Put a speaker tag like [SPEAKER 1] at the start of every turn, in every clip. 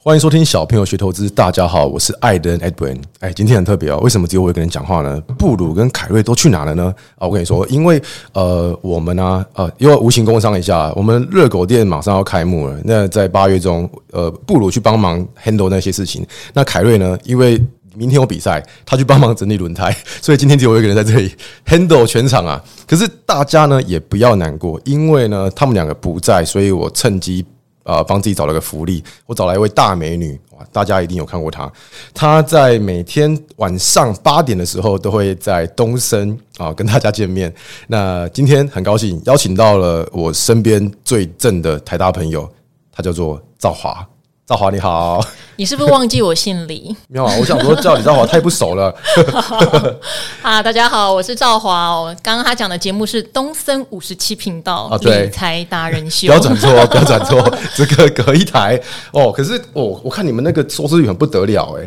[SPEAKER 1] 欢迎收听小朋友学投资。大家好，我是艾登 Edwin。哎，今天很特别哦，为什么只有我一个人讲话呢？布鲁跟凯瑞都去哪了呢？啊，我跟你说，因为呃，我们呢、啊，呃，因为无形工商一下，我们热狗店马上要开幕了。那在八月中，呃，布鲁去帮忙 handle 那些事情。那凯瑞呢，因为明天有比赛，他去帮忙整理轮胎， 所以今天只有我一个人在这里 handle 全场啊。可是大家呢也不要难过，因为呢他们两个不在，所以我趁机呃帮自己找了个福利，我找来一位大美女，哇，大家一定有看过她。她在每天晚上八点的时候都会在东升啊 跟大家见面。那今天很高兴邀请到了我身边最正的台大朋友，她叫做赵华。赵华你好，
[SPEAKER 2] 你是不是忘记我姓李
[SPEAKER 1] 没有啊？我想说叫你赵华太不熟了。
[SPEAKER 2] 啊？大家好，我是赵华哦。刚刚他讲的节目是东森五十七频道
[SPEAKER 1] 啊对
[SPEAKER 2] 理财达人秀
[SPEAKER 1] 不要。转错， 不要转错，这个隔一台哦。可是哦，我看你们那个收视率很不得了哎、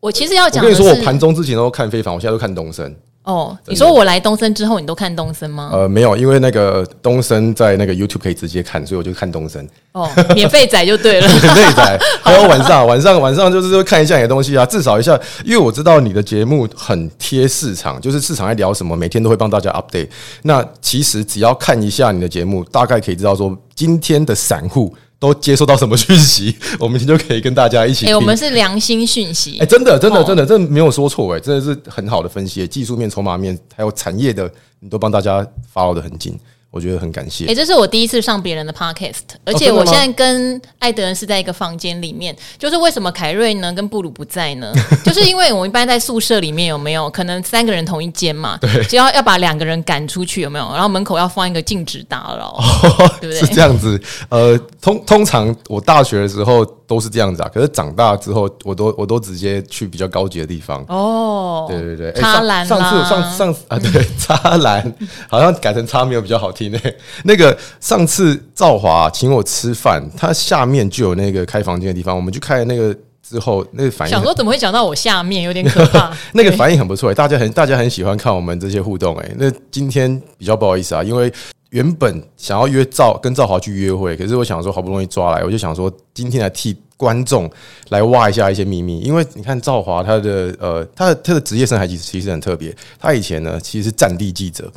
[SPEAKER 2] 我其实要
[SPEAKER 1] 我
[SPEAKER 2] 讲
[SPEAKER 1] 跟
[SPEAKER 2] 的
[SPEAKER 1] 你
[SPEAKER 2] 是
[SPEAKER 1] 说，我盘中之前都看非凡，我现在都看东升。
[SPEAKER 2] 哦，你说我来东森之后，你都看东森吗？
[SPEAKER 1] 呃，没有，因为那个东升在那个 YouTube 可以直接看，所以我就看东升。
[SPEAKER 2] 哦，免费仔就 对了。
[SPEAKER 1] 内在，还有晚上，晚上晚上就是说看一下你的东西啊，至少一下，因为我知道你的节目很贴市场，就是市场在聊什么，每天都会帮大家 update。那其实只要看一下你的节目，大概可以知道说今天的散户都接收到什么讯息， 我们今天就可以跟大家一起
[SPEAKER 2] 哎、
[SPEAKER 1] 听。
[SPEAKER 2] 我们是良心讯息。
[SPEAKER 1] 哎、真的，真的，
[SPEAKER 2] 哦
[SPEAKER 1] 真的，真的没有说错，哎，真的是很好的分析，技术面、筹码面，还有产业的，你都帮大家 follow 的很紧，我觉得很感谢
[SPEAKER 2] 哎、。这是我第一次上别人的 podcast，而
[SPEAKER 1] 哦真
[SPEAKER 2] 且
[SPEAKER 1] 的
[SPEAKER 2] 我
[SPEAKER 1] 吗
[SPEAKER 2] 现在跟艾德恩是在一个房间里面。就是为什么凯瑞呢跟布鲁不在呢？ 就是因为我们一般在宿舍里面有没有可能三个人同一间嘛？对，只要要把两个人赶出去有没有？然后门口要放一个禁止打扰， 对不
[SPEAKER 1] 哦是
[SPEAKER 2] 对？
[SPEAKER 1] 这样子，呃，通通常我大学的时候都是这样子啊，可是长大之后，我都我都直接去比较高级的地方。
[SPEAKER 2] 哦，
[SPEAKER 1] 对对对，哎
[SPEAKER 2] 插篮
[SPEAKER 1] 上上
[SPEAKER 2] 啦
[SPEAKER 1] 次上上啊，对， 插篮好像改成插没有比较好听诶、那个上次赵华请我吃饭，他下面就有那个开房间的地方，我们去开那个之后，那个反应
[SPEAKER 2] 想
[SPEAKER 1] 很。
[SPEAKER 2] 说怎么会讲到我下面，有点可怕
[SPEAKER 1] 那个反应很不错、欸，大家很大家很喜欢看我们这些互动、欸。那今天比较不好意思啊，因为原本想要约赵跟赵华去约会，可是我想说好不容易抓来，我就想说今天来替观众来挖一下一些秘密，因为你看赵华他的呃他的他的职业生涯其实其实很特别，他以前呢其实是战地记者。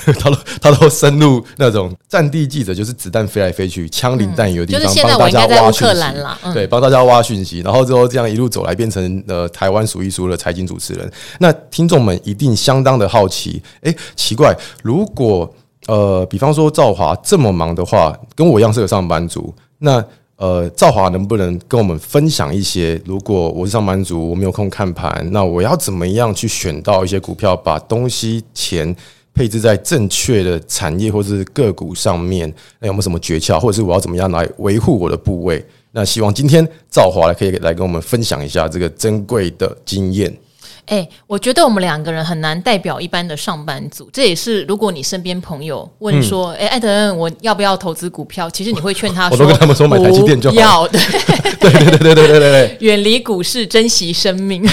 [SPEAKER 1] 他都他都深入那种战地记者，就是子弹飞来飞去，枪林弹雨的地
[SPEAKER 2] 嗯就是
[SPEAKER 1] 方，
[SPEAKER 2] 现在
[SPEAKER 1] 帮大
[SPEAKER 2] 我应
[SPEAKER 1] 家
[SPEAKER 2] 该在
[SPEAKER 1] 挖
[SPEAKER 2] 乌
[SPEAKER 1] 讯
[SPEAKER 2] 克
[SPEAKER 1] 息。
[SPEAKER 2] 兰啦，嗯，
[SPEAKER 1] 对，帮大家挖讯息，然后之后这样一路走来，变成呃台湾数一数二的财经主持人。那听众们一定相当的好奇，诶，奇怪，如果呃，比方说赵华这么忙的话，跟我一样是个上班族，那呃，赵华能不能跟我们分享一些，如果我是上班族，我没有空看盘，那我要怎么样去选到一些股票，把东西钱配置在正确的产业或是个股上面？那有没有什么诀窍，或者是我要怎么样来维护我的部位？那希望今天赵华来可以来跟我们分享一下这个珍贵的经验。
[SPEAKER 2] 哎、我觉得我们两个人很难代表一般的上班族，这也是如果你身边朋友问说，哎、艾德恩，我要不要投资股票？其实你会劝他
[SPEAKER 1] 嗯我
[SPEAKER 2] 说，
[SPEAKER 1] 都跟他们说买台积电就好
[SPEAKER 2] 不要， 对，
[SPEAKER 1] 对对对对对对对对，
[SPEAKER 2] 远离股市，珍惜生命。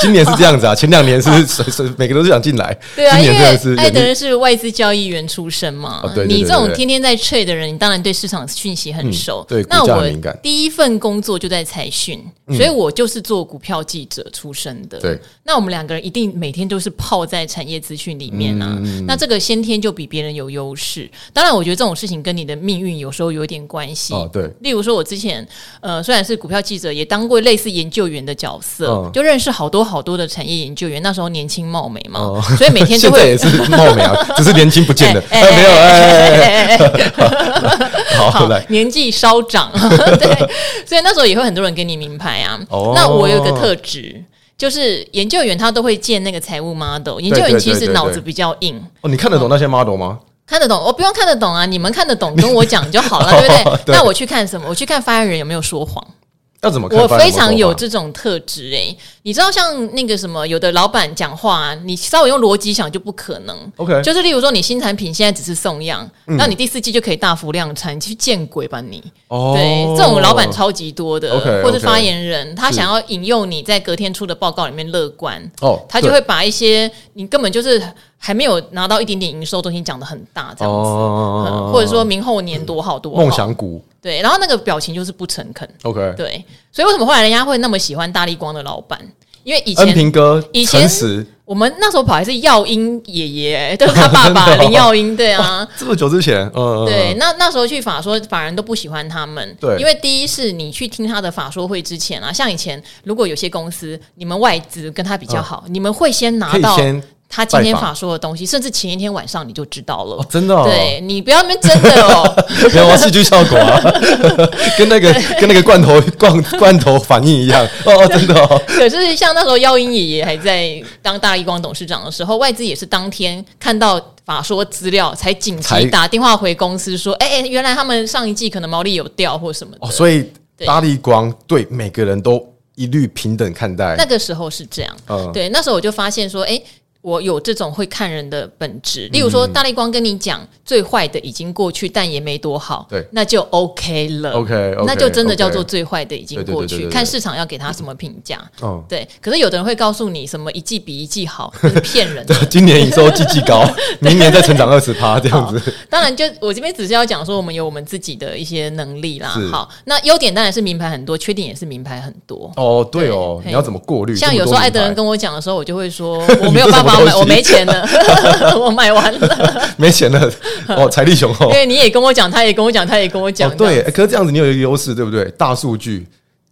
[SPEAKER 1] 今年是这样子啊，前两年是随随每个都是想进来，
[SPEAKER 2] 对啊，
[SPEAKER 1] 今
[SPEAKER 2] 因
[SPEAKER 1] 年真的是
[SPEAKER 2] 为艾
[SPEAKER 1] 人
[SPEAKER 2] 德
[SPEAKER 1] 力
[SPEAKER 2] 恩是外资交易员出身嘛，
[SPEAKER 1] 哦对对对
[SPEAKER 2] 你这种
[SPEAKER 1] 对对嗯
[SPEAKER 2] 天天在 trade 的人，你当然对市场讯息很熟。
[SPEAKER 1] 对股价
[SPEAKER 2] 那我
[SPEAKER 1] 很敏感嗯
[SPEAKER 2] 第一份工作就在财讯，所以我就是做股票记者出身的。
[SPEAKER 1] 对，
[SPEAKER 2] 那我们两个人一定每天都是泡在产业资讯里面啊，
[SPEAKER 1] 嗯
[SPEAKER 2] 那这个先天就比别人有优势。当然，我觉得这种事情跟你的命运有时候有一点关系。
[SPEAKER 1] 哦对，
[SPEAKER 2] 例如说，我之前呃虽然是股票记者，也当过类似研究员的角色，
[SPEAKER 1] 嗯
[SPEAKER 2] 就认识好多好多的产业研究员。那时候年轻貌美嘛，
[SPEAKER 1] 哦
[SPEAKER 2] 所以每 天就
[SPEAKER 1] 现在
[SPEAKER 2] 会
[SPEAKER 1] 也是貌美啊，只是年轻不见了，
[SPEAKER 2] 哎
[SPEAKER 1] 哎没有哎，哎
[SPEAKER 2] 哎哎哎
[SPEAKER 1] 哎好
[SPEAKER 2] 好
[SPEAKER 1] 来，
[SPEAKER 2] 年纪 稍长，对，所以那时候也会很多人给你名牌啊。
[SPEAKER 1] 哦
[SPEAKER 2] 那我有一个特质。就是研究员他都会建那个财务 model，研究
[SPEAKER 1] 对对
[SPEAKER 2] 员其
[SPEAKER 1] 对
[SPEAKER 2] 实
[SPEAKER 1] 对
[SPEAKER 2] 脑
[SPEAKER 1] 对
[SPEAKER 2] 子比较硬，
[SPEAKER 1] 哦，你看得懂那些 model 吗？
[SPEAKER 2] 看得懂，我、不用看得懂啊，你们看得懂跟我讲就好 了，对不
[SPEAKER 1] 哦
[SPEAKER 2] 对？
[SPEAKER 1] 对
[SPEAKER 2] 那我去看什么？我去看发言人有没有说谎，
[SPEAKER 1] 要怎么看？
[SPEAKER 2] 我
[SPEAKER 1] 翻译
[SPEAKER 2] 非
[SPEAKER 1] 怎么
[SPEAKER 2] 常
[SPEAKER 1] 说
[SPEAKER 2] 有
[SPEAKER 1] 吧
[SPEAKER 2] 这种特质诶、欸你知道像那个什么，有的老板讲话、啊，你稍微用逻辑想就不可能。
[SPEAKER 1] OK 嗯
[SPEAKER 2] 就是例如说，你新产品现在只是送样，那你第四季就可以大幅量产，你去见鬼吧你！
[SPEAKER 1] 哦
[SPEAKER 2] 对，这种老板超级多的
[SPEAKER 1] OK，OK
[SPEAKER 2] 或是发言人，他想要引诱你在隔天出的报告里面乐观，
[SPEAKER 1] 哦
[SPEAKER 2] 他就会把一些你根本就是还没有拿到一点点营收的东西讲得很大，这样子。嗯
[SPEAKER 1] 哦
[SPEAKER 2] 或者说明后年多好多好
[SPEAKER 1] 梦想股
[SPEAKER 2] 对，然后那个表情就是不诚恳，
[SPEAKER 1] OK，
[SPEAKER 2] 对，所以为什么后来人家会那么喜欢大力光的老板？因为以
[SPEAKER 1] 恩
[SPEAKER 2] 前
[SPEAKER 1] 平哥
[SPEAKER 2] 以前
[SPEAKER 1] 诚实，
[SPEAKER 2] 我们那时候跑还是耀英爷爷、 就是他爸 爸
[SPEAKER 1] 真的哦
[SPEAKER 2] 林耀英，对啊，
[SPEAKER 1] 这么久之前，嗯，
[SPEAKER 2] 对，那那时候去法说，法人都不喜欢他们，
[SPEAKER 1] 对
[SPEAKER 2] 因为第一是你去听他的法说会之前啊，像以前如果有些公司你们外资跟他比较好，你们会先拿
[SPEAKER 1] 嗯可以
[SPEAKER 2] 到
[SPEAKER 1] 先
[SPEAKER 2] 他今天
[SPEAKER 1] 拜访
[SPEAKER 2] 法说的东西，甚至前一天晚上你就知道了。
[SPEAKER 1] 哦，真的哦，
[SPEAKER 2] 对你不要那边真的哦，
[SPEAKER 1] 没有啊戏剧效果啊，跟那个跟那个罐头罐罐头反应一样，哦，哦真的哦，
[SPEAKER 2] 可是像那时候耀英爷爷还在当大力光董事长的时候，外资也是当天看到法说资料才紧
[SPEAKER 1] 才
[SPEAKER 2] 急打电话回公司说，哎、哎原来他们上一季可能毛利有掉或什么的。
[SPEAKER 1] 哦，所以
[SPEAKER 2] 对
[SPEAKER 1] 大力光对每个人都一律平等看待
[SPEAKER 2] 那，个时候是这样，
[SPEAKER 1] 嗯
[SPEAKER 2] 对，那时候我就发现说，哎、我有这种会看人的本质。
[SPEAKER 1] 嗯
[SPEAKER 2] 例如说，大力光跟你讲最坏的已经过去，但也没多好，
[SPEAKER 1] 对
[SPEAKER 2] 那就 OK 了
[SPEAKER 1] OK，OK，
[SPEAKER 2] 那就真的叫
[SPEAKER 1] OK
[SPEAKER 2] 做最坏的已经
[SPEAKER 1] 对对
[SPEAKER 2] 过
[SPEAKER 1] 对对
[SPEAKER 2] 去，
[SPEAKER 1] 对对
[SPEAKER 2] 看市场要给他什么评价。
[SPEAKER 1] 哦，
[SPEAKER 2] 对，可是有的人会告诉你什么一季比一季好，那是骗人的
[SPEAKER 1] 对。，今年营收季季 高，明年再成长二十趴这样子，
[SPEAKER 2] 当然就，我这边只是要讲说，我们有我们自己的一些能力啦
[SPEAKER 1] 是。
[SPEAKER 2] 好，那优点当然是名牌很多，缺点也是名牌很多。
[SPEAKER 1] 哦，对哦，
[SPEAKER 2] 对
[SPEAKER 1] 你要怎么过滤？
[SPEAKER 2] 像有时候艾德人
[SPEAKER 1] 跟
[SPEAKER 2] 跟我讲的时候，我就 会说我没有办法
[SPEAKER 1] 你这什
[SPEAKER 2] 买，
[SPEAKER 1] 么东西
[SPEAKER 2] 我没钱了， 我买完 了。
[SPEAKER 1] 没钱了， 哦，财力雄厚
[SPEAKER 2] 因，为你也跟我讲，他也跟我讲，他也跟我
[SPEAKER 1] 哦
[SPEAKER 2] 讲，，
[SPEAKER 1] 对，欸可是这样子你有一个优势，对不对？大数据，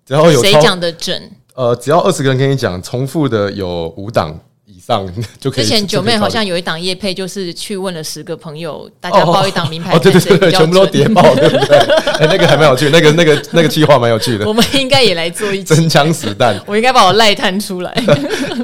[SPEAKER 1] 只要哦有
[SPEAKER 2] 谁
[SPEAKER 1] 超
[SPEAKER 2] 讲的准？
[SPEAKER 1] 呃，只要二十个人跟你讲，重复的有五档以上 就可以。
[SPEAKER 2] 之前九妹好
[SPEAKER 1] 就可以
[SPEAKER 2] 像有一档夜配，就是去问了十个朋友，大
[SPEAKER 1] 找到
[SPEAKER 2] 家报一档名牌，
[SPEAKER 1] 哦，对对
[SPEAKER 2] 看谁
[SPEAKER 1] 对
[SPEAKER 2] 比
[SPEAKER 1] 对，
[SPEAKER 2] 较
[SPEAKER 1] 全部都
[SPEAKER 2] 准
[SPEAKER 1] 叠爆，对不 对？哎，那个还蛮有趣，那个那个那个计划蛮有趣的
[SPEAKER 2] 我，们应该也来做 一期，
[SPEAKER 1] 真枪实弹
[SPEAKER 2] 我应该把我赖摊出来，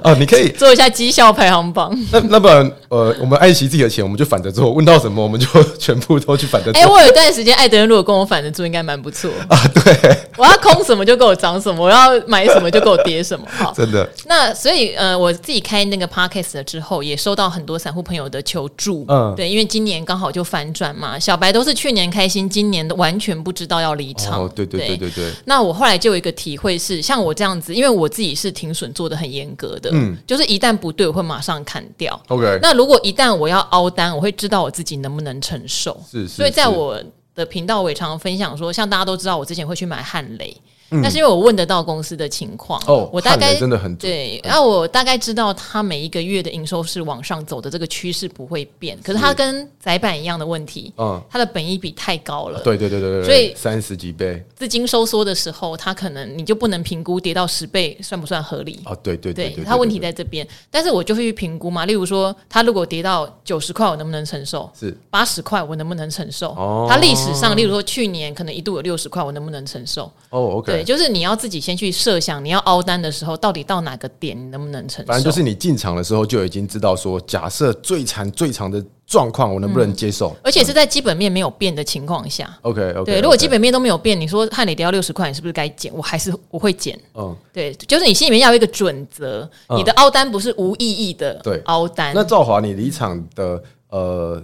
[SPEAKER 1] 哦，你可以。
[SPEAKER 2] 做一下绩效排行榜。
[SPEAKER 1] 那那不然，呃，我们爱惜自己的钱，我们就反着做，问到什么我们就 全部都去反着
[SPEAKER 2] 哎、
[SPEAKER 1] 做
[SPEAKER 2] 我有一段时间艾德恩如果跟我反着做，应该蛮不错。
[SPEAKER 1] 啊，对，
[SPEAKER 2] 我要空什么就给我涨什么，我要买什么就给我跌什么。好，
[SPEAKER 1] 真的，
[SPEAKER 2] 那所以呃，我自己开那个 podcast 了之后，也收到很多散户朋友的求助。
[SPEAKER 1] 嗯
[SPEAKER 2] 对，因为今年刚好就反转嘛，小白都是去年开心，今年都完全不知道要离场。
[SPEAKER 1] 哦，对对对对对，
[SPEAKER 2] 那我后来就有一个体会是，像我这样子，因为我自己是停损做的很严格的，
[SPEAKER 1] 嗯
[SPEAKER 2] 就是一旦不对，我会马上砍掉。
[SPEAKER 1] ，OK，
[SPEAKER 2] 那如果一旦我要凹单，我会知道我自己能不能承受。
[SPEAKER 1] 是是
[SPEAKER 2] 所以在
[SPEAKER 1] 是
[SPEAKER 2] 我的频道，我也常常分享说，像大家都知道，我之前会去买汉雷。但是因为我问得到公司的情况，
[SPEAKER 1] 嗯哦
[SPEAKER 2] 我大
[SPEAKER 1] 汉
[SPEAKER 2] 概
[SPEAKER 1] 雷真的很准嗯
[SPEAKER 2] 对，那、我大概知道它每一个月的营收是往上走的，这个趋势不会变。可是它
[SPEAKER 1] 是
[SPEAKER 2] 跟窄板一样的问题，
[SPEAKER 1] 嗯，
[SPEAKER 2] 它的本益比太高了，
[SPEAKER 1] 对对对对对，
[SPEAKER 2] 所以
[SPEAKER 1] 三十几倍，
[SPEAKER 2] 资金收缩的时候，它可能你就不能评估跌到十倍算不算合理。
[SPEAKER 1] 哦，对对
[SPEAKER 2] 对
[SPEAKER 1] 对，
[SPEAKER 2] 它问题在这边，但是我就会去评估嘛。例如说，它如果跌到九十块，我能不能承受？
[SPEAKER 1] 是
[SPEAKER 2] 八十块，我能不能承受？
[SPEAKER 1] 哦
[SPEAKER 2] 它历史上，例如说去年可能一度有六十块，我能不能承受？
[SPEAKER 1] 哦，OK，
[SPEAKER 2] 对，就是你要自己先去设想，你要凹单的时候，到底到哪个点你能不能承受？
[SPEAKER 1] 反正就是你进场的时候就已经知道说，假设最惨最惨的状况，我能
[SPEAKER 2] 嗯
[SPEAKER 1] 不能接受
[SPEAKER 2] 而且是在基本面没有变的情况下。
[SPEAKER 1] ？OK OK，
[SPEAKER 2] 对，如果基本面都没有变，你说汉磊跌到六十块，你是不是该减？我还是我会减。
[SPEAKER 1] 嗯，
[SPEAKER 2] 对，就是你心里面要有一个准则，
[SPEAKER 1] 嗯
[SPEAKER 2] 你的凹单不是无意义的
[SPEAKER 1] 对
[SPEAKER 2] 凹单。
[SPEAKER 1] 那赵华，你离场的呃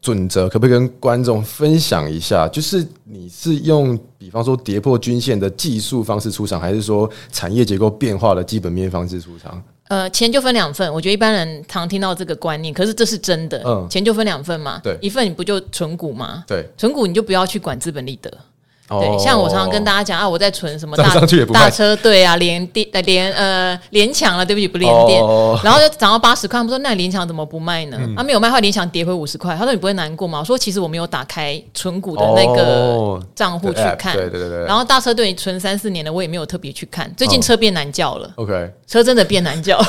[SPEAKER 1] 准则可不可以跟观众分享一下？就是你是用比方说跌破均线的技术方式出场，还是说产业结构变化的基本面方式出场？
[SPEAKER 2] 呃，钱就分两份，我觉得一般人常听到这个观念，可是这是真的。
[SPEAKER 1] 嗯
[SPEAKER 2] 钱就分两份嘛，
[SPEAKER 1] 对
[SPEAKER 2] 一份你不就存股吗？
[SPEAKER 1] 对，
[SPEAKER 2] 存股你就不要去管资本利得。
[SPEAKER 1] 哦
[SPEAKER 2] 对，像我常常跟大家讲啊，我在存什么
[SPEAKER 1] 涨
[SPEAKER 2] 大
[SPEAKER 1] 上去也不卖
[SPEAKER 2] 大车队啊，联电呃联呃联强了，对不起，不联电，
[SPEAKER 1] 哦嗯
[SPEAKER 2] 然后就涨到八十块，他们说那联强怎么不卖呢？他、没有卖，后来联强跌回五十块，他说你不会难过吗？我说其实我没有打开存股的那个
[SPEAKER 1] 哦
[SPEAKER 2] 账户去
[SPEAKER 1] 对，app，
[SPEAKER 2] 看，
[SPEAKER 1] 对对对嗯对
[SPEAKER 2] 然后大车队存三四年了，我也没有特别去看，最近车变难叫了，
[SPEAKER 1] ，OK，
[SPEAKER 2] 车真的变难叫，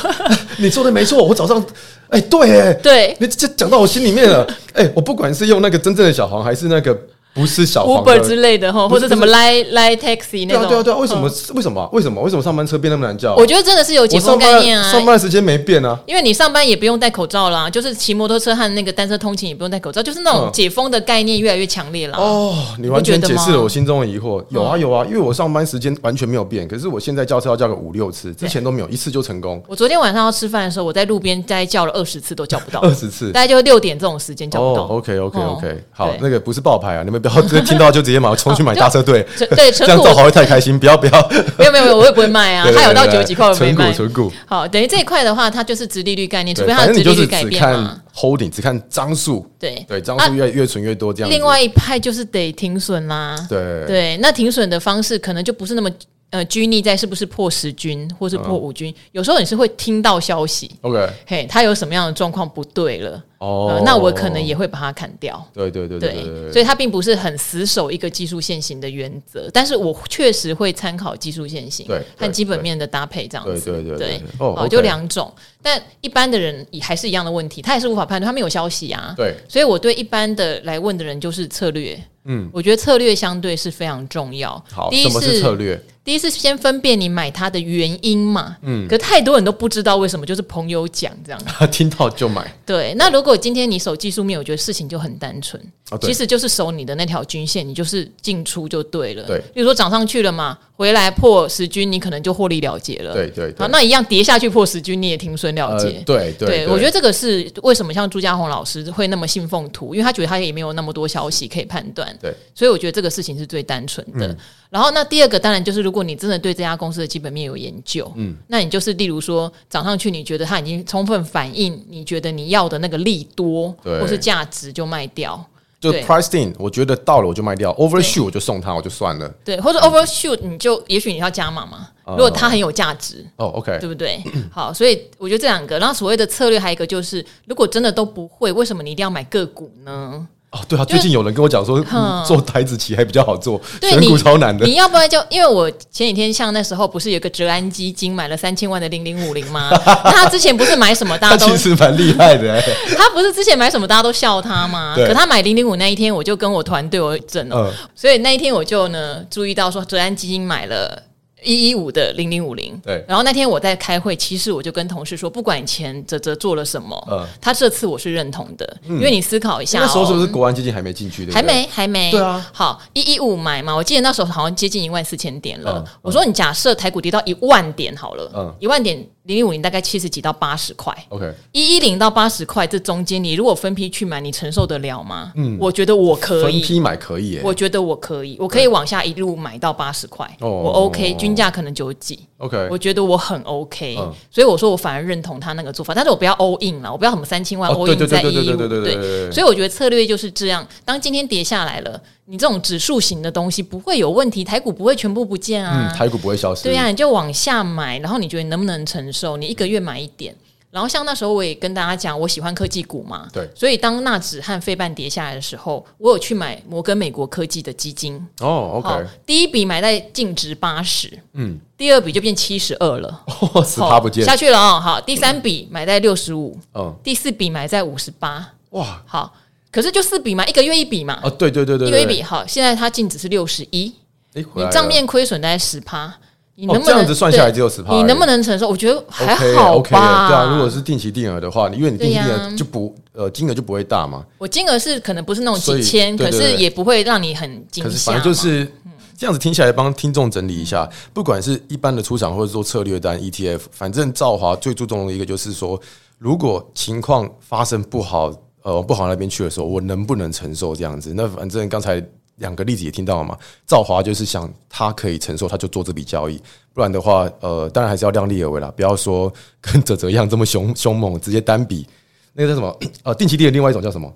[SPEAKER 1] 你说的没错，我早上，哎、对，哎，
[SPEAKER 2] 对。
[SPEAKER 1] 你这讲到我心里面了。哎、我不管是用那个真正的小黄，还是那个不是小黄车
[SPEAKER 2] Uber 之类的哈，
[SPEAKER 1] 不
[SPEAKER 2] 或
[SPEAKER 1] 是
[SPEAKER 2] 者什么来来 taxi 那
[SPEAKER 1] 对啊
[SPEAKER 2] 种。
[SPEAKER 1] 对啊对啊，为什么
[SPEAKER 2] 嗯？
[SPEAKER 1] 为什么为什么为什么上班车变那么难叫？
[SPEAKER 2] 我觉得真的是有解
[SPEAKER 1] 我
[SPEAKER 2] 封
[SPEAKER 1] 上
[SPEAKER 2] 概
[SPEAKER 1] 班
[SPEAKER 2] 念啊
[SPEAKER 1] 上，班的时间没变啊，
[SPEAKER 2] 因为你上班也不用戴口罩啦，就是骑摩托车和那个单车通勤也不用戴口罩，就是那种
[SPEAKER 1] 嗯
[SPEAKER 2] 解封的概念越来越强烈啦。
[SPEAKER 1] 哦，你
[SPEAKER 2] 不
[SPEAKER 1] 完全
[SPEAKER 2] 觉得
[SPEAKER 1] 解
[SPEAKER 2] 吗
[SPEAKER 1] 释了我心中的疑惑。有
[SPEAKER 2] 嗯
[SPEAKER 1] 啊有啊，因为我上班时间完全没有变，可是我现在叫车要叫个五六次，之前都没有一次就成功，
[SPEAKER 2] 我昨天晚上要吃饭的时候，我在路边大概叫了二十次都叫不到，
[SPEAKER 1] 二十次
[SPEAKER 2] 大。概就六点这种时间叫不
[SPEAKER 1] 哦
[SPEAKER 2] 到。
[SPEAKER 1] ，OK OK
[SPEAKER 2] 嗯
[SPEAKER 1] OK，好
[SPEAKER 2] 对，
[SPEAKER 1] 那个不是爆牌啊，你们不要 直接听到就直接马上冲去买大车 队，
[SPEAKER 2] 这对，
[SPEAKER 1] 这
[SPEAKER 2] 纯
[SPEAKER 1] 样
[SPEAKER 2] 股
[SPEAKER 1] 做好会太开心，不要 不要。
[SPEAKER 2] 没有没有没有，我也不会卖啊，
[SPEAKER 1] 对对
[SPEAKER 2] 它有到
[SPEAKER 1] 对对
[SPEAKER 2] 九几块我没
[SPEAKER 1] 存股
[SPEAKER 2] 卖。啊
[SPEAKER 1] 存股，
[SPEAKER 2] 好，等于这一块的话，它就是殖利率概念，除
[SPEAKER 1] 对，
[SPEAKER 2] 非它
[SPEAKER 1] 反
[SPEAKER 2] 的
[SPEAKER 1] 正
[SPEAKER 2] 殖
[SPEAKER 1] 你
[SPEAKER 2] 利
[SPEAKER 1] 就
[SPEAKER 2] 率
[SPEAKER 1] 是
[SPEAKER 2] 改
[SPEAKER 1] 只
[SPEAKER 2] 变嘛。
[SPEAKER 1] 看 holding，只看张数，
[SPEAKER 2] 对
[SPEAKER 1] 对，张数越越存越多这样子。
[SPEAKER 2] 另外一派就是得停损啦。
[SPEAKER 1] 对
[SPEAKER 2] 对，那停损的方式可能就不是那么呃拘泥在是不是破十均或是破五均，
[SPEAKER 1] 嗯
[SPEAKER 2] 有时候你是会听到消息，
[SPEAKER 1] ，OK，
[SPEAKER 2] 嘿，它有什么样的状况不对了，
[SPEAKER 1] 哦
[SPEAKER 2] 呃，那我可能也会把它砍掉。
[SPEAKER 1] 对对对对对
[SPEAKER 2] 所
[SPEAKER 1] 对，
[SPEAKER 2] 以它并不是很死守一个技术线型的原则，但是我确实会参考技术线型
[SPEAKER 1] 对
[SPEAKER 2] 和
[SPEAKER 1] 对
[SPEAKER 2] 基本面的搭配这样子。
[SPEAKER 1] 对对对
[SPEAKER 2] 对
[SPEAKER 1] 对，哦
[SPEAKER 2] 好
[SPEAKER 1] OK
[SPEAKER 2] 就两种。但一般的人也还是一样的问题，他也是无法判断，他没有消息啊。
[SPEAKER 1] 对，
[SPEAKER 2] 所以我对一般的来问的人就是策略。嗯，我觉得策略相对是非常重要。
[SPEAKER 1] 好，
[SPEAKER 2] 第一
[SPEAKER 1] 什么是
[SPEAKER 2] 是
[SPEAKER 1] 策略？
[SPEAKER 2] 第一是先分辨你买它的原因嘛。嗯，可太多人都不知道为什么，就是朋友讲 这样。
[SPEAKER 1] 听到就买，
[SPEAKER 2] 对，那如果今天你守技术面，我觉得事情就很单纯，
[SPEAKER 1] 哦对
[SPEAKER 2] 其实就是守你的那条均线，你就是进出就对了。
[SPEAKER 1] 对
[SPEAKER 2] 比如说涨上去了嘛，回来破十均，你可能就获利了结了。
[SPEAKER 1] 对对对
[SPEAKER 2] 好，那一样跌下去破十均，你也停损了
[SPEAKER 1] 呃
[SPEAKER 2] 结。，
[SPEAKER 1] 对对，
[SPEAKER 2] 我觉
[SPEAKER 1] 得
[SPEAKER 2] 得这个是为什么像朱家红老师会那么信奉图，因为他觉得他也没有那么多消息可以判断，
[SPEAKER 1] 对，嗯
[SPEAKER 2] 所以我觉得这个事情是最单纯的。然后那第二个当然就是，如果你真的对这家公司的基本面有研究，嗯，那你就是例如说涨上去，你觉得它已经充分反映你觉得你要的那个利多
[SPEAKER 1] 对
[SPEAKER 2] 或是价值，就卖掉。
[SPEAKER 1] 就
[SPEAKER 2] 对
[SPEAKER 1] price in，我觉得到了我就卖掉，overshoot 我就送他，我就算了。
[SPEAKER 2] 对，或者 overshoot，你就也许你要加码嘛。如果它很有价值，
[SPEAKER 1] 哦，OK，
[SPEAKER 2] 对不对？ 好，所以我觉得这两个，然后所谓的策略还有一个就是，如果真的都不会，为什么你一定要买个股呢？
[SPEAKER 1] 哦，对啊，最近有人跟我讲说，嗯做台子棋还比较好做，选股超难的
[SPEAKER 2] 你。要不然就因为我前几天像那时候不是有个折安基金买了三千万的零零五零吗？ 那他之前不是买什么大
[SPEAKER 1] 他
[SPEAKER 2] 家
[SPEAKER 1] 其
[SPEAKER 2] 都
[SPEAKER 1] 实蛮厉害的、欸，
[SPEAKER 2] 他不是之前买什么大家都笑他吗？
[SPEAKER 1] 对
[SPEAKER 2] 可他买零零五那一天，我就跟我团队我整了，
[SPEAKER 1] 嗯
[SPEAKER 2] 哦所以那一天我就呢注意到说折安基金买了。一一五的零零五零，
[SPEAKER 1] 对
[SPEAKER 2] 然后那天我在开会，其实我就跟同事说，不管以前泽泽做了什么，
[SPEAKER 1] 嗯
[SPEAKER 2] 他这次我是认同的，因为你思考一下、哦，
[SPEAKER 1] 那时候是不是国安基金还没进去的？
[SPEAKER 2] 还没，还没。
[SPEAKER 1] 对啊，
[SPEAKER 2] 好，一一五买嘛，我记得那时候好像接近一万四千点了。
[SPEAKER 1] 嗯嗯
[SPEAKER 2] 我说你假设台股跌到一万点好了，
[SPEAKER 1] 嗯
[SPEAKER 2] 一万点零零五零大概七十几到八十块，
[SPEAKER 1] ，OK，
[SPEAKER 2] 一一零到八十块这中间，你如果分批去买，你承受得了吗？嗯，我觉得我可
[SPEAKER 1] 分
[SPEAKER 2] 以。
[SPEAKER 1] 批买可以、欸
[SPEAKER 2] 我觉得我可以，我可以往下一路买到八十块，
[SPEAKER 1] 哦
[SPEAKER 2] 我 OK，均价可能九几，
[SPEAKER 1] ，OK，
[SPEAKER 2] 我觉得我很 OK，、
[SPEAKER 1] 嗯
[SPEAKER 2] 所以我说我反而认同他那个做法，但是我不要 all in 了，我不要什么三千万
[SPEAKER 1] 哦
[SPEAKER 2] all
[SPEAKER 1] 对
[SPEAKER 2] in
[SPEAKER 1] 对
[SPEAKER 2] 在
[SPEAKER 1] 对
[SPEAKER 2] 一
[SPEAKER 1] 对
[SPEAKER 2] 五，
[SPEAKER 1] 对对对对对对
[SPEAKER 2] 所以我觉得策略就是这样。当今天跌下来了，你这种指数型的东西不会有问题，台股不会全部不见
[SPEAKER 1] 嗯，
[SPEAKER 2] 啊，
[SPEAKER 1] 台股不会消失。
[SPEAKER 2] 对啊，你就往下买，然后你觉得你能不能承受？你一个月买一点。然后像那时候我也跟大家讲，我喜欢科技股嘛，
[SPEAKER 1] 对
[SPEAKER 2] 所以当纳指和费半跌下来的时候，我有去买摩根美国科技的基金，
[SPEAKER 1] 哦
[SPEAKER 2] 好
[SPEAKER 1] ，OK，，
[SPEAKER 2] 第一笔买在净值八十，
[SPEAKER 1] 嗯
[SPEAKER 2] 嗯，第二笔就变七十二了，
[SPEAKER 1] 哦， 死趴不见，
[SPEAKER 2] 下去了哦。好，第三笔买在六十五，
[SPEAKER 1] 嗯，
[SPEAKER 2] 第四笔买在五十八，
[SPEAKER 1] 哇，
[SPEAKER 2] 好，可是就四笔嘛，一个月一笔嘛，
[SPEAKER 1] 哦，对对对对，
[SPEAKER 2] 一个
[SPEAKER 1] 对
[SPEAKER 2] 月一笔，好，现在它净值是六十一，
[SPEAKER 1] 哎，回
[SPEAKER 2] 你
[SPEAKER 1] 来了
[SPEAKER 2] 账面亏损大概十趴，你能不
[SPEAKER 1] 哦
[SPEAKER 2] 能、
[SPEAKER 1] 这样子算下来
[SPEAKER 2] 对
[SPEAKER 1] 只有10%
[SPEAKER 2] 你
[SPEAKER 1] 而已
[SPEAKER 2] 能不能承受？我觉得还
[SPEAKER 1] OK
[SPEAKER 2] 好
[SPEAKER 1] OK，对
[SPEAKER 2] 吧。
[SPEAKER 1] 啊，如果是定期定额的话，因为你定期定
[SPEAKER 2] 对
[SPEAKER 1] 额
[SPEAKER 2] 呀
[SPEAKER 1] 就不呃金额就不会大嘛，
[SPEAKER 2] 我金额是可能不是那种
[SPEAKER 1] 所
[SPEAKER 2] 几
[SPEAKER 1] 以
[SPEAKER 2] 千，
[SPEAKER 1] 对对
[SPEAKER 2] 可是
[SPEAKER 1] 对
[SPEAKER 2] 也不会让你很惊
[SPEAKER 1] 可是
[SPEAKER 2] 吓
[SPEAKER 1] 反
[SPEAKER 2] 嘛，嗯
[SPEAKER 1] 正就是这样子听起来，帮听众整理一下，不管是一般的出场或者说策略单 ETF，反正兆华最注重的一个就是说，如果情况发生不好，呃，不好那边去的时候，我能不能承受这样子？那反正刚才。两个例子也听到了嘛，兆华就是想他可以承受，他就做这笔交易，不然的话，呃，当然还是要量力而为啦，不要说跟泽泽一样这么凶凶猛，直接单笔。那个叫什么？呃，定期定的另外一种叫什么？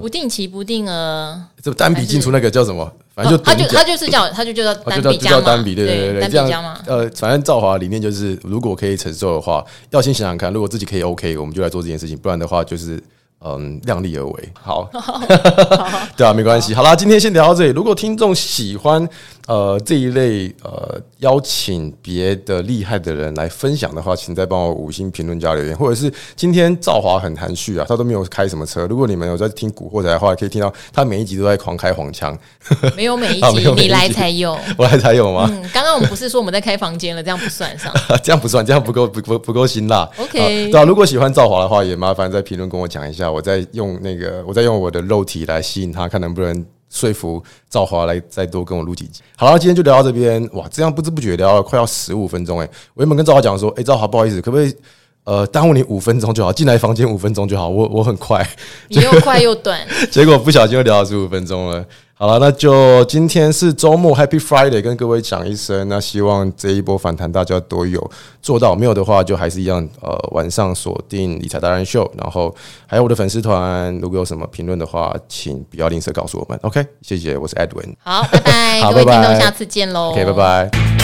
[SPEAKER 2] 不定期不定额。
[SPEAKER 1] 这单笔进出那个叫什么？反正就
[SPEAKER 2] 哦他
[SPEAKER 1] 等
[SPEAKER 2] 就
[SPEAKER 1] 价。
[SPEAKER 2] 他就是叫他就叫
[SPEAKER 1] 哦
[SPEAKER 2] 单
[SPEAKER 1] 就叫
[SPEAKER 2] 笔
[SPEAKER 1] 就
[SPEAKER 2] 加
[SPEAKER 1] 叫
[SPEAKER 2] 嘛，
[SPEAKER 1] 单笔，对对对，
[SPEAKER 2] 单
[SPEAKER 1] 这
[SPEAKER 2] 笔加嘛
[SPEAKER 1] 样。呃，反正赵华的理念就是，如果可以承受的话，要先想想看，如果自己可以 OK，我们就来做这件事情，不然的话就是。嗯，量力而 为，好，对啊，没关系。好啦，今天先聊到这里。如果听众喜欢呃这一类呃邀请别的厉害的人来分享的话，请再帮我五星评论加留言，或者是今天赵华很含蓄啊，他都没有开什么车。如果你们有在听《古惑仔》的话，可以听到他每一集都在狂开黄腔，
[SPEAKER 2] 没 有每一
[SPEAKER 1] 啊没
[SPEAKER 2] 集
[SPEAKER 1] 有每一集
[SPEAKER 2] 你来才有。
[SPEAKER 1] 我还才有吗？
[SPEAKER 2] 嗯，刚刚我们不是说我们在开房间了，这样不算 上。
[SPEAKER 1] 这样不算，这样不够不不不够辛辣。
[SPEAKER 2] OK
[SPEAKER 1] 啊对啊，如果喜欢赵华的话，也麻烦在评论跟我讲一下，我再用那个，我再用我的肉体来吸引他，看能不能说服赵华来再多跟我录几集。好了，今天就聊到这边，哇，这样不知不觉聊了快要十五分钟哎、我原本跟赵华讲说，哎、赵华不好意思，可不可以呃耽误你五分钟就好，进来房间五分钟就好，我我很快。
[SPEAKER 2] 你又快又短，
[SPEAKER 1] 结果不小心又聊了十五分钟了。好了，那就今天是周末，Happy Friday，跟各位讲一声。那希望这一波反弹大家都有做到，没有的话就还是一样，呃，晚上锁定理财达人秀，然后还有我的粉丝团，如果有什么评论的话，请不要吝啬告诉我们。OK，谢谢，我是 Edwin，OK，、
[SPEAKER 2] 好，拜拜，
[SPEAKER 1] 好
[SPEAKER 2] 各位
[SPEAKER 1] 拜
[SPEAKER 2] 听
[SPEAKER 1] 拜
[SPEAKER 2] 众，下次见喽。
[SPEAKER 1] 拜拜。